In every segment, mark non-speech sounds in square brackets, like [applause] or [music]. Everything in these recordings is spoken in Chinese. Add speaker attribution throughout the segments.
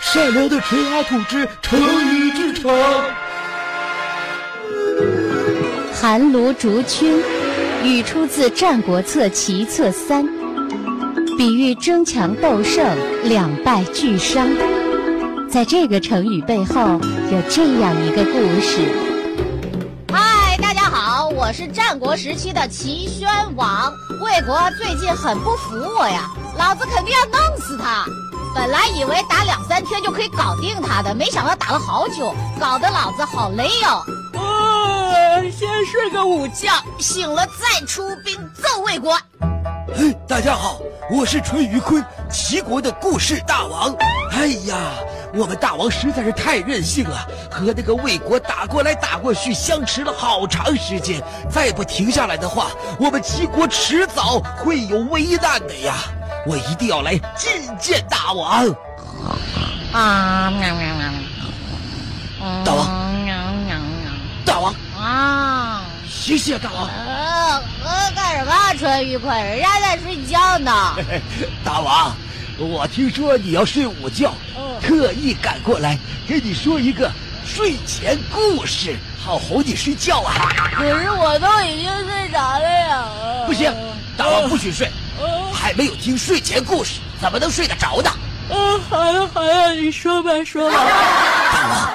Speaker 1: 善良的陈阿土之成语之城。
Speaker 2: 寒炉竹军，语出自《战国策·齐策三》，比喻争强斗胜、两败俱伤。在这个成语背后，有这样一个故事。
Speaker 3: 嗨，大家好，我是战国时期的齐宣王。魏国最近很不服我呀，老子肯定要弄死他。本来以为打两三天就可以搞定他的，没想到打了好久，搞得老子好累哦。
Speaker 4: 啊，先睡个午觉，
Speaker 3: 醒了再出兵揍魏国。
Speaker 1: 嘿，大家好，我是淳于髡，齐国的故事大王。哎呀，我们大王实在是太任性了，和那个魏国打过来打过去，相持了好长时间。再不停下来的话，我们齐国迟早会有危难的呀！我一定要来觐见大王。
Speaker 3: 啊，
Speaker 1: 大王，大王，
Speaker 3: 啊，
Speaker 1: 谢谢大王，
Speaker 3: 呃，呃，干什么啊，淳于髡？人家在睡觉 [laughs] 呢。
Speaker 1: [laughs] 大王，我听说你要睡午觉，
Speaker 3: 嗯
Speaker 1: 特意赶过来跟你说一个睡前故事，好哄你睡觉啊。
Speaker 3: 可是我都已经睡着了呀。
Speaker 1: 不行，大王不许睡，还没有听睡前故事，怎么能睡得着呢？
Speaker 3: 呃
Speaker 4: 啊，好呀好呀，你说吧说吧。
Speaker 3: [laughs]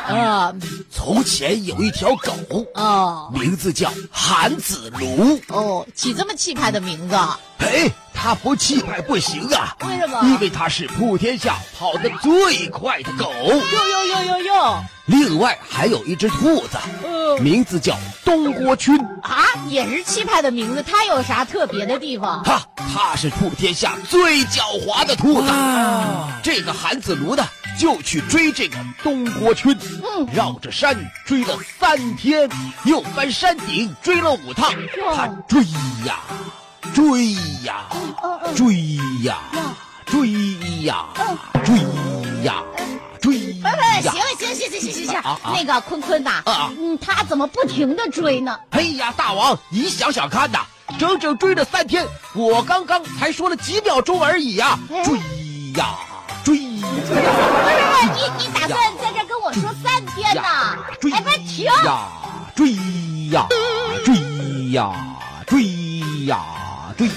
Speaker 3: 啊，
Speaker 1: 从前有一条狗，
Speaker 3: 哦
Speaker 1: 名字叫韩子卢。
Speaker 3: 哦，起这么气派的名字，
Speaker 1: 哎，它不气派不行啊！
Speaker 3: 为什么
Speaker 1: 因为它是普天下跑得最快的狗。
Speaker 3: 哟哟哟哟哟，
Speaker 1: 另外还有一只兔子，
Speaker 3: 嗯
Speaker 1: 名字叫东郭君。
Speaker 3: 啊，也是气派的名字，它有啥特别的地方？
Speaker 1: 哈，它是普天下最狡猾的兔子。这个韩子卢呢，就去追这个东郭君，
Speaker 3: 嗯
Speaker 1: 绕着山追了三天，又翻山顶追了五趟。
Speaker 3: 哇
Speaker 1: 他追呀，追呀，
Speaker 3: 呃
Speaker 1: 追呀，追呀，追呀，追
Speaker 3: 嗯哎，行
Speaker 1: 呀。
Speaker 3: 行行行行行行
Speaker 1: 啊啊，
Speaker 3: 那个坤坤呐
Speaker 1: 啊啊，
Speaker 3: 嗯，他怎么不停的追呢？
Speaker 1: 哎呀，大王，你想想看呐，整整追了三天，我刚刚才说了几秒钟而已呀、
Speaker 3: 哎
Speaker 1: 追呀，追呀，
Speaker 3: 不是不是，你你打算在这儿跟我说三天呢
Speaker 1: 呀？追
Speaker 3: 哎，快停！
Speaker 1: 呀，追呀，追呀，追呀，追。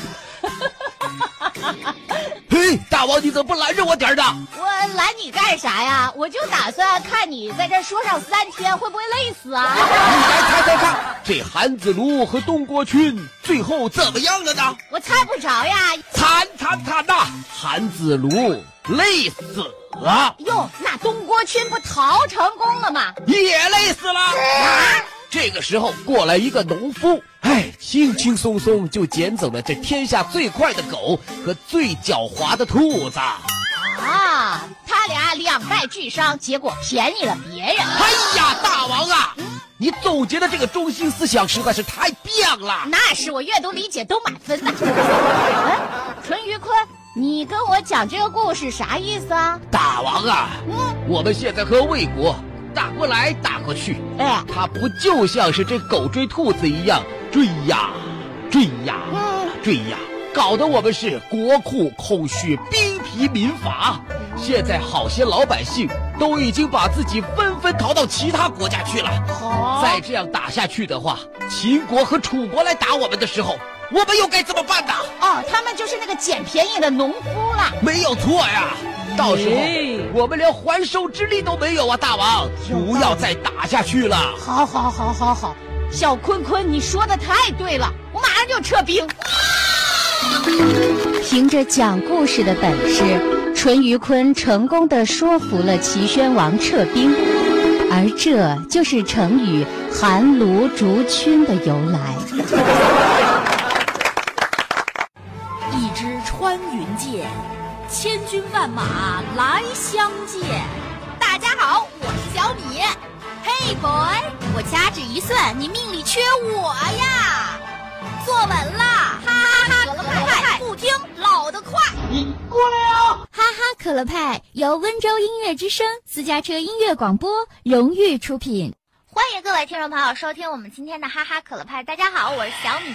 Speaker 1: 嘿，大王，你怎么不拦着我点儿呢？
Speaker 3: 我拦你干啥呀？我就打算看你在这儿说上三天会不会累死啊？
Speaker 1: 你来猜猜看，这韩子卢和东郭君最后怎么样了呢？
Speaker 3: 我猜不着呀。
Speaker 1: 惨惨惨呐！韩子卢累死了。
Speaker 3: 哟，那东郭君不逃成功了吗？
Speaker 1: 也累死了。啊这个时候过来一个农夫，哎，轻轻松松就捡走了这天下最快的狗和最狡猾的兔子。
Speaker 3: 啊，他俩两败俱伤，结果便宜了别人。
Speaker 1: 哎呀，大王啊，你总结的这个中心思想实在是太棒了。
Speaker 3: 那是我阅读理解都满分的。哎，淳于髡，你跟我讲这个故事啥意思啊？
Speaker 1: 大王啊，
Speaker 3: 嗯，
Speaker 1: 我们现在和魏国打过来打过去，
Speaker 3: 哎，
Speaker 1: 它不就像是这狗追兔子一样追呀，追呀，追呀，搞得我们是国库空虚，兵疲民乏。现在好些老百姓都已经把自己纷纷逃到其他国家去了。
Speaker 3: 好
Speaker 1: 再这样打下去的话，秦国和楚国来打我们的时候，我们又该怎么办呢？
Speaker 3: 哦，他们就是那个捡便宜的农夫啦。
Speaker 1: 没有错呀，到时候
Speaker 4: 咦
Speaker 1: 我们连还手之力都没哎有啊！大王，
Speaker 3: 有道理
Speaker 1: 不要再打下去了。
Speaker 3: 好好好好好，小坤坤，你说的太对了，我马上就撤兵。
Speaker 2: 凭着讲故事的本事，淳于髡成功的说服了齐宣王撤兵，而这就是成语“寒炉竹军”的由来。
Speaker 5: 一支穿云箭，千军万马来相见。大家好，我是小米。嘿、boy，我掐指一算，你命里缺我呀！坐稳了，哈哈哈！可乐派不听老的快，你过来啊！哈哈，可乐派由温州音乐之声私家车音乐广播荣誉出品。
Speaker 6: 欢迎各位听众朋友收听我们今天的哈哈可乐派。大家好，我是小米。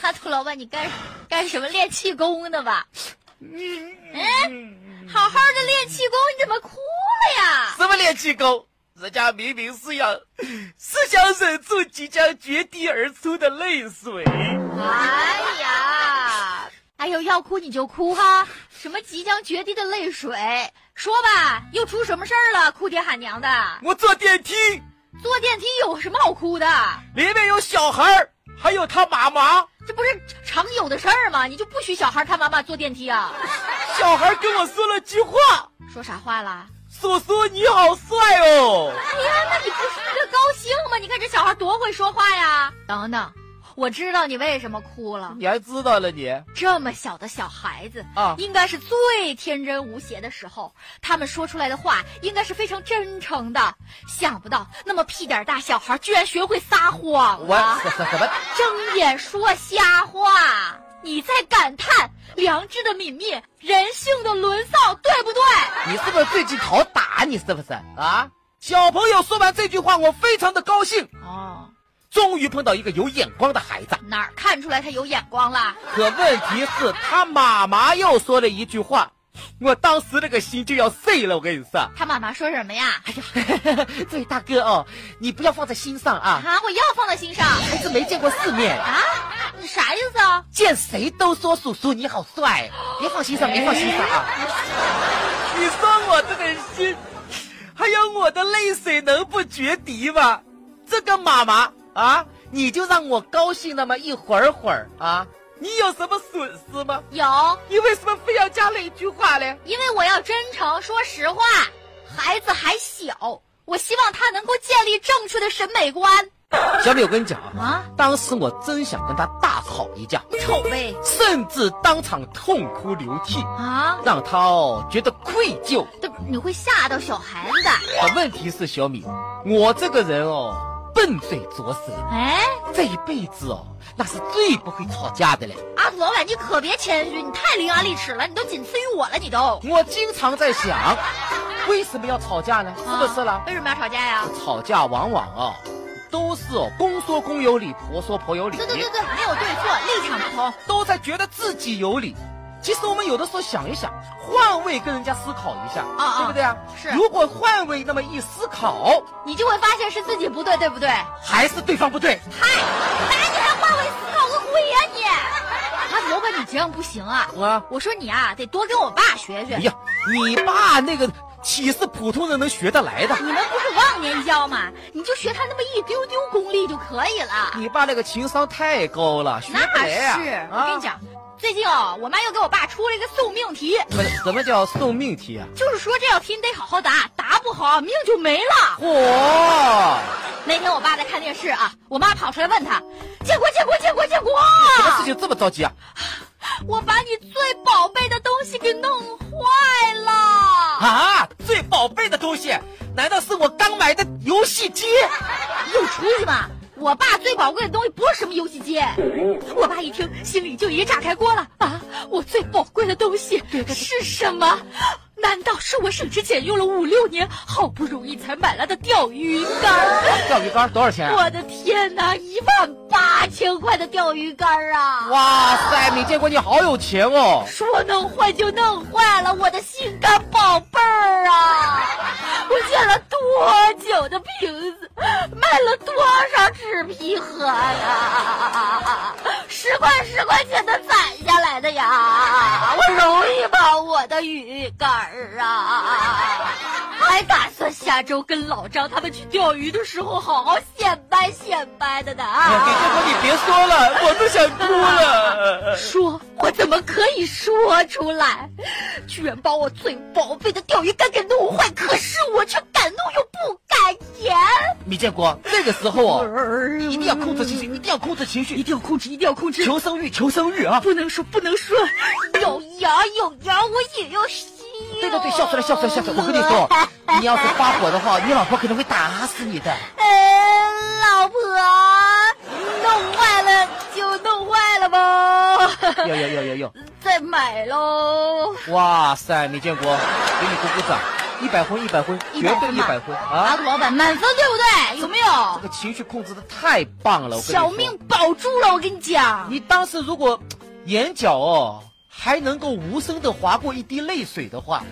Speaker 6: 哈土老板，你干干什么练气功的吧？
Speaker 3: 嗯
Speaker 7: 好好的练气功，你怎么哭了呀？
Speaker 1: 什么练气功？人家明明是要，是想忍住即将决堤而出的泪水。
Speaker 7: 哎呀，
Speaker 3: 哎呦，要哭你就哭哈，什么即将决堤的泪水，说吧，又出什么事儿了？哭爹喊娘的，
Speaker 1: 我坐电梯，
Speaker 3: 坐电梯有什么好哭的？
Speaker 1: 里面有小孩儿，还有他妈妈。
Speaker 3: 这不是常有的事儿吗？你就不许小孩他妈妈坐电梯啊？
Speaker 1: 小孩跟我说了句话
Speaker 3: 说啥话啦？：“
Speaker 1: 叔叔你好帅哦
Speaker 3: 哎呀，那你不是这高兴吗？你看这小孩多会说话呀！等等，我知道你为什么哭！”了。
Speaker 1: 你还知道了你
Speaker 3: 这么小的小孩子
Speaker 1: 啊
Speaker 3: 应该是最天真无邪的时候，他们说出来的话应该是非常真诚的。想不到那么屁点儿大小孩居然学会撒谎
Speaker 1: 我
Speaker 3: 了，
Speaker 1: 什什么？
Speaker 3: 睁眼说瞎话。你在感叹良知的泯灭，人性的沦丧，对不对？
Speaker 1: 你是不是最近讨打？你是不是啊？小朋友说完这句话，我非常的高兴，
Speaker 3: 哦，
Speaker 1: 终于碰到一个有眼光的孩子。
Speaker 3: 哪儿看出来他有眼光了？
Speaker 1: 可问题是，他妈妈又说了一句话，我当时那个心就要碎了。我跟你说， [laughs]
Speaker 3: 他妈妈说什么呀？
Speaker 1: 这位大哥哦，你不要放在心上啊，
Speaker 3: 啊，我要放在心上
Speaker 1: 孩子没见过世面，
Speaker 3: 啊！你啥意思啊？
Speaker 1: 见谁都说叔叔你好帅，别放心上，别放心上啊。你说我这个心，还有我的泪水能不决堤吗？这个妈妈啊，你就让我高兴那么一会儿会儿啊，你有什么损失吗？
Speaker 3: 有，
Speaker 1: 你为什么非要加了一句话嘞？
Speaker 3: 因为我要真诚说实话，孩子还小，我希望他能够建立正确的审美观。
Speaker 1: 小美，我跟你讲
Speaker 3: 啊
Speaker 1: 啊，当时我真想跟他大吵一架，
Speaker 3: 丑呗
Speaker 1: 甚至当场痛哭流涕，
Speaker 3: 啊！
Speaker 1: 让他哦觉得愧疚。
Speaker 3: 对，你会吓到小孩子的。
Speaker 1: 可问题是，小米，我这个人哦，笨嘴拙舌，
Speaker 3: 哎，
Speaker 1: 这一辈子哦，那是最不会吵架的嘞。
Speaker 3: 阿土老板，你可别谦虚，你太伶牙俐齿了，你都仅次于我了，你都。啊
Speaker 1: 我经常在想，为什么要吵架呢？是不是啦？
Speaker 3: 啊为什么要吵架呀？
Speaker 1: 吵架往往哦，都是哦，公说公有理，婆说婆有理
Speaker 3: 对，对对对，没有对错，立场不同。
Speaker 1: 都在觉得自己有理。其实我们有的时候想一想，换位跟人家思考一下，
Speaker 3: 啊啊
Speaker 1: 对不对啊？
Speaker 3: 是
Speaker 1: 如果换位那么一思考，
Speaker 3: 你就会发现是自己不对，对不对？
Speaker 1: 还是对方不对。
Speaker 3: 哎，你还换位思考个鬼呀、你！阿土老板，你这样不行啊！
Speaker 1: 啊，
Speaker 3: 我说你啊，得多跟我爸学学
Speaker 1: 哎。呀，你爸那个岂是普通人能学得来的？
Speaker 3: 你们不是忘年交吗？你就学他那么一丢丢功力就可以了。
Speaker 1: 你爸那个情商太高了，学不
Speaker 3: 那
Speaker 1: 来
Speaker 3: 是，
Speaker 1: 啊！
Speaker 3: 我跟你讲，最近哦，我妈又给我爸出了一个送命题，
Speaker 1: 啊，什什么叫送命题啊？
Speaker 3: 就是说这道题你得好好答，答不好命就没了。
Speaker 1: 嚯，
Speaker 3: 啊那天我爸在看电视啊，我妈跑出来问他，建国，建国，建国，建国，
Speaker 1: 什么事情这么着急啊？
Speaker 3: 我把你最宝贝的东西给弄坏了。
Speaker 1: 啊，最宝贝的东西，难道是我刚买的游戏机？
Speaker 3: 有出息吧？我爸最宝贵的东西不是什么游戏机。 [laughs] 我爸一听，心里就一炸开锅了啊！我最宝贵的东西是什么？难道是我省吃俭用了五六年，好不容易才买来的钓鱼竿？
Speaker 1: 钓鱼竿多少钱啊？
Speaker 3: 我的天哪，一万八千块的钓鱼竿啊！
Speaker 1: 哇塞，米建国你好有钱哦！
Speaker 3: 说弄坏就弄坏了，我的心肝宝贝儿啊！ [laughs] 我建了多久的瓶子，卖了多少纸皮盒呀？ [laughs] 十块十块钱的攒下来的呀！我容易吗？我的鱼竿儿啊！还打算下周跟老张他们去钓鱼的时候好好显摆显摆的呢。
Speaker 1: 米建国你别说了，我都想哭了。
Speaker 3: 说，我怎么可以说出来？居然把我最宝贝的钓鱼竿给弄坏，可是我却敢怒又不敢言。
Speaker 1: 米建国，这个时候哦，一定要控制情绪，一定要控制情绪，一定要控制，一定要控制，求生欲，求生欲啊！
Speaker 3: 不能说，不能说，有牙有牙，我也要笑。
Speaker 1: 对对对，笑出来，笑出来，笑出来！我跟你说，你要是发火的话，你老婆可能会打死你 [laughs] 的。
Speaker 3: 呃，老婆，弄坏了就弄坏了吧，
Speaker 1: 有有有有有！
Speaker 3: 再买喽。
Speaker 1: 哇塞，米建国，给你鼓鼓掌，一百分，一百分，绝对一百分
Speaker 3: 阿
Speaker 1: 啊！
Speaker 3: 杜老板满分对不对？有没有
Speaker 1: 这？个情绪控制的太棒了，我跟你说
Speaker 3: 小命保住了，我跟你讲。
Speaker 1: 你当时如果眼角哦
Speaker 7: 还能够无声的划过一滴泪水的话，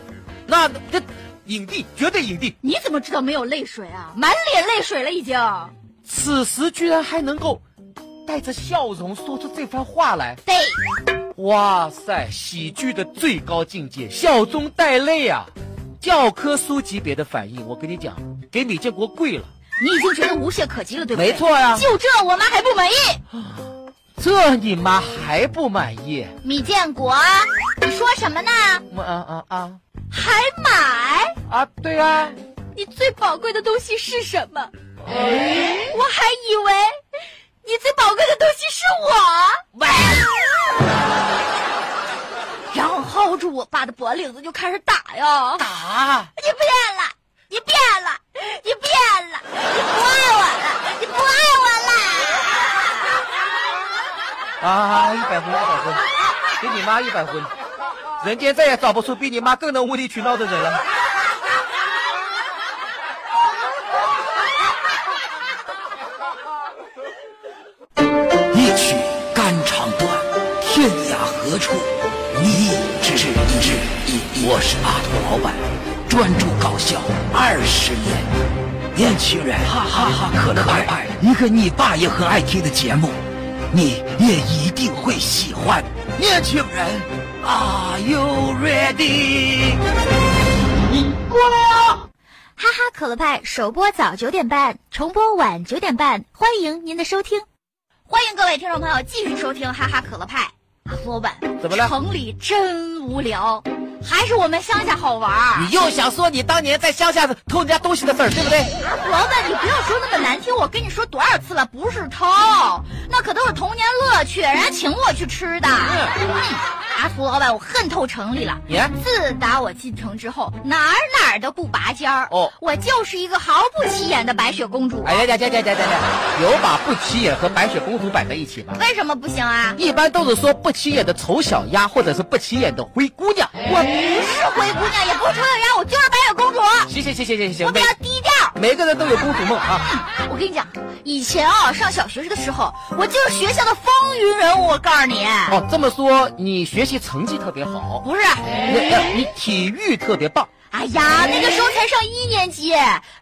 Speaker 7: 那这影帝绝对影帝。
Speaker 8: 你怎么知道没有泪水啊？满脸泪水了已经。
Speaker 7: 此时居然还能够带着笑容说出这番话来，
Speaker 3: 对，
Speaker 7: 哇塞，喜剧的最高境界，笑中带泪啊！教科书级别的反应，我跟你讲，给米建国跪了。
Speaker 8: 你已经觉得无懈可击了，对不对？
Speaker 7: 没错呀、
Speaker 8: 就这我妈还不满意。
Speaker 7: 这你妈还不满意？
Speaker 3: 米建国，
Speaker 8: 啊
Speaker 3: 你说什么呢？
Speaker 7: 嗯啊啊啊
Speaker 3: 还买？
Speaker 7: 啊！对啊，
Speaker 8: 你最宝贵的东西是什么？我
Speaker 7: 哎
Speaker 8: 还以为你最宝贵的东西是我。喂！然后薅住我爸的脖领子就开始打呀！
Speaker 7: 打
Speaker 3: 你变了，你变了，你变了，你不爱我了，你不爱我了。
Speaker 7: 啊！一百分，一百分，给你妈一百分。人间再也找不出比你妈更能无理取闹的人了。
Speaker 1: 一曲肝肠断，天涯何处你只知我是阿土老板，专注搞笑二十年。年轻人，哈哈哈可乐派派，一个你爸也很爱听的节目，你也一定会喜欢。年轻人，Are you ready？
Speaker 3: 哈哈可乐派首播早九点半，重播晚九点半，欢迎您的收听。欢迎各位听众朋友继续收听哈哈可乐派。啊，副老板，
Speaker 7: 怎么了
Speaker 3: 城里真无聊，还是我们乡下好玩儿。
Speaker 7: 你又想说你当年在乡下偷人家东西的事儿，对不对？
Speaker 3: 胡老板，你不要说那么难听，我跟你说多少次了，不是偷，那可都是童年乐趣，人家请我去吃的。嗯，啊，胡老板，我恨透城里了。
Speaker 7: 耶
Speaker 3: 自打我进城之后，哪儿哪儿都不拔尖儿。
Speaker 7: 哦
Speaker 3: 我就是一个毫不起眼的白雪公主。
Speaker 7: 哎呀呀呀呀呀呀呀！有把不起眼和白雪公主摆在一起吗？
Speaker 3: 为什么不行啊？
Speaker 7: 一般都是说不起眼的丑小鸭，或者是不起眼的灰姑娘。
Speaker 3: 我不是灰姑娘，也不是丑小鸭，我就是白雪公主。
Speaker 7: 行行行行行
Speaker 3: 我
Speaker 7: 行，
Speaker 3: 比
Speaker 7: 每
Speaker 3: 较低调。嗯
Speaker 7: 每个人都有公主梦啊！
Speaker 3: 我跟你讲，以前啊，上小学的时候，我就是学校的风云人物。我告诉你，
Speaker 7: 哦，这么说你学习成绩特别好，
Speaker 3: 不是。
Speaker 7: 你呃你体育特别棒，
Speaker 3: 哎呀，那个时候才上一年级，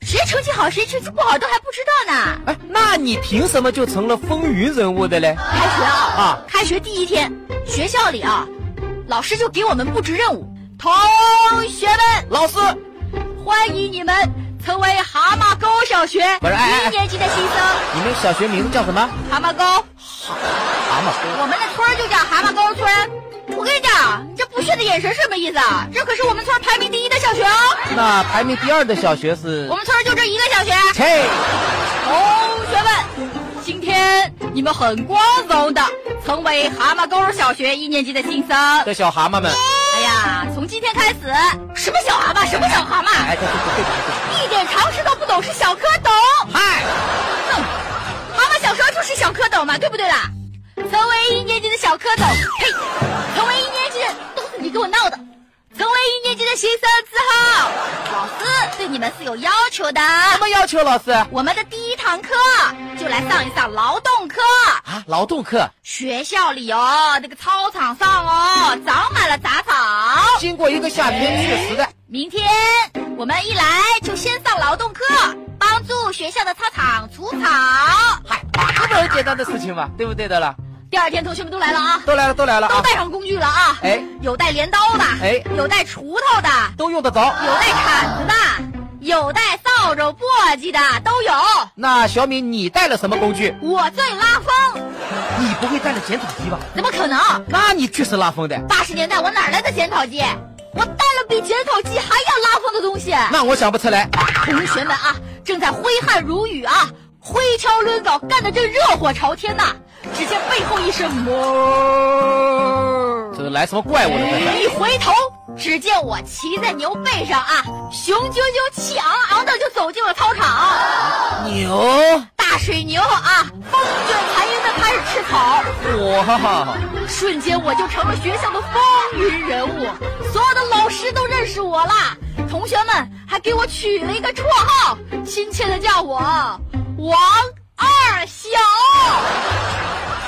Speaker 3: 谁成绩好谁成绩不好都还不知道呢。
Speaker 7: 哎，那你凭什么就成了风云人物的嘞？
Speaker 3: 开学啊，
Speaker 7: 啊
Speaker 3: 开学第一天，学校里啊，老师就给我们布置任务，同学们，
Speaker 7: 老师，
Speaker 3: 欢迎你们成为蛤蟆沟小学
Speaker 7: 不是哎哎哎哎
Speaker 3: 一年级的新生。
Speaker 7: 你们小学名字叫什么？
Speaker 3: 蛤蟆沟，
Speaker 7: 蛤蟆沟。
Speaker 3: 我们的村儿就叫蛤蟆沟村。我跟你讲，你这不屑的眼神什么意思啊？这可是我们村儿排名第一的小学哦，
Speaker 7: 那排名第二的小学是
Speaker 3: 我？们村儿就这一个小学。
Speaker 7: 切，
Speaker 3: 同学们，今天你们很光荣的成为蛤蟆沟小学一年级的新生。
Speaker 7: 这小蛤蟆们，
Speaker 3: 哎呀，从今天开始，什么小蛤蟆，什么小蛤蟆，
Speaker 7: 哎，对对对对对对，
Speaker 3: 一点常识都不懂是小蝌蚪。
Speaker 7: 嗨，
Speaker 3: 哼，蛤蟆小时候就是小蝌蚪嘛，对不对啦？成为一年级的小蝌蚪，呸！成为一年级的都是你给我闹的。成为一年级的新生之后，老师对你们是有要求的。
Speaker 7: 什么要求老师啊？
Speaker 3: 我们的第一堂课就来上一上劳动课。
Speaker 7: 啊劳动课，
Speaker 3: 学校里哦，那个操场上哦，长满了杂草。
Speaker 7: 经过一个夏天，确实的，
Speaker 3: 明天我们一来就先上劳动课，帮助学校的操场除草。
Speaker 7: 嗨，这么简单的事情嘛，对不对的了？
Speaker 3: 第二天同学们都来了啊，
Speaker 7: 都来了，都来了
Speaker 3: 都
Speaker 7: 啊，
Speaker 3: 带上工具了啊。
Speaker 7: 哎，
Speaker 3: 有带镰刀的，
Speaker 7: 哎
Speaker 3: 有带锄头的，
Speaker 7: 都用得着。
Speaker 3: 有带铲子的，有带扫帚、簸箕的，都有。
Speaker 7: 那小米，你带了什么工具？
Speaker 3: 我最拉风，
Speaker 7: 你不会带了剪草机吧？
Speaker 3: 怎么可能？
Speaker 7: 那你确实拉风的。
Speaker 3: 八十年代我哪儿来的剪草机？我带了比剪草机还要拉风的东西。
Speaker 7: 那我想不出来。
Speaker 3: 同学们啊，正在挥汗如雨啊，挥锹抡镐干得正热火朝天呐、只见背后一声哞，
Speaker 7: 这来什么怪物了？这是
Speaker 3: 一回头，只见我骑在牛背上啊，雄赳赳气昂昂的就走进了操场。
Speaker 7: 牛
Speaker 3: 大水牛啊，风卷残云的开始吃草，
Speaker 7: 哇！
Speaker 3: 瞬间我就成了学校的风云人物，所有的老师都认识我啦，同学们还给我取了一个绰号，亲切的叫我王二小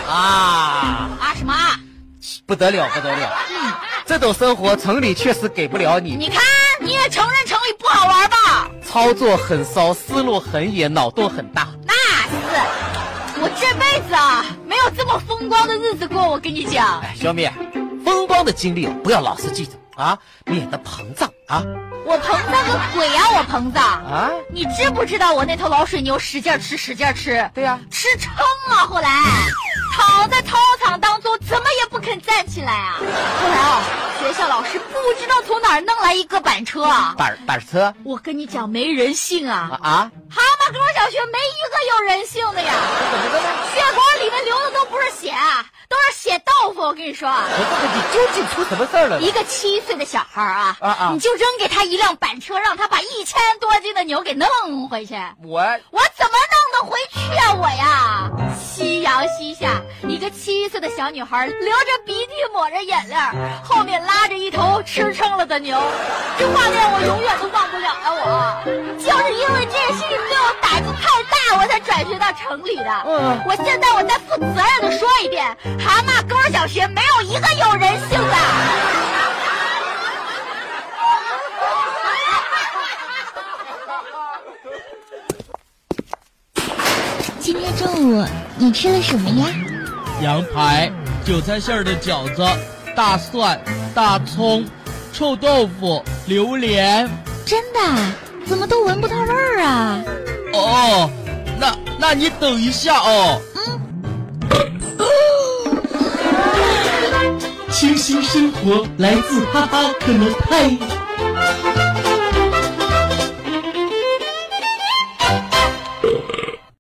Speaker 7: 啊，
Speaker 3: 啊啊什么？嗯
Speaker 7: 不得了，不得了。这种生活城里确实给不了你。
Speaker 3: 你看，你也承认城里不好玩吧？
Speaker 7: 操作很骚，思路很野，脑洞很大。
Speaker 3: 那是，我这辈子啊没有这么风光的日子过。我跟你讲，
Speaker 7: 哎，小米，风光的经历哦不要老是记着啊，免得膨胀啊
Speaker 3: 我膨胀个鬼呀、我膨胀！
Speaker 7: 啊！
Speaker 3: 你知不知道我那头老水牛使劲吃，使劲吃，
Speaker 7: 对呀、
Speaker 3: 吃撑了，后来躺在操场当中，怎么也不肯站起来啊。后来啊，学校老师不知道从哪儿弄来一个板车啊，
Speaker 7: 板板车
Speaker 3: 我跟你讲没人性啊
Speaker 7: 啊，啊！
Speaker 3: 蛤蟆沟小学没一个有人性的呀，
Speaker 7: 怎么的呢？
Speaker 3: 血管里面流的都不是血啊，都是血豆腐。我跟你说啊。
Speaker 7: 我问问你究竟出什么事儿了呢？
Speaker 3: 一个七岁的小孩儿啊，
Speaker 7: 啊啊
Speaker 3: 你就扔给他一辆板车，让他把一千多斤的牛给弄回去，
Speaker 7: 我
Speaker 3: 我怎么弄得回去啊我呀？夕阳西下，一个七岁的小女孩流着鼻涕抹着眼泪儿，后面拉着一头吃撑了的牛，这画面我永远都忘不了啊！我就是因为这件事情对我打击太大，我才转学到城里的。
Speaker 7: 嗯
Speaker 3: 我现在我再负责任的说一遍，蛤蟆沟小学没有一个有人性的。
Speaker 2: 今天中午你吃了什么呀？
Speaker 9: 羊排、韭菜馅儿的饺子、大蒜、大葱、臭豆腐、榴莲。
Speaker 2: 真的啊？怎么都闻不到味儿啊？
Speaker 9: 哦，那那你等一下哦。清新生活来自哈哈可乐派。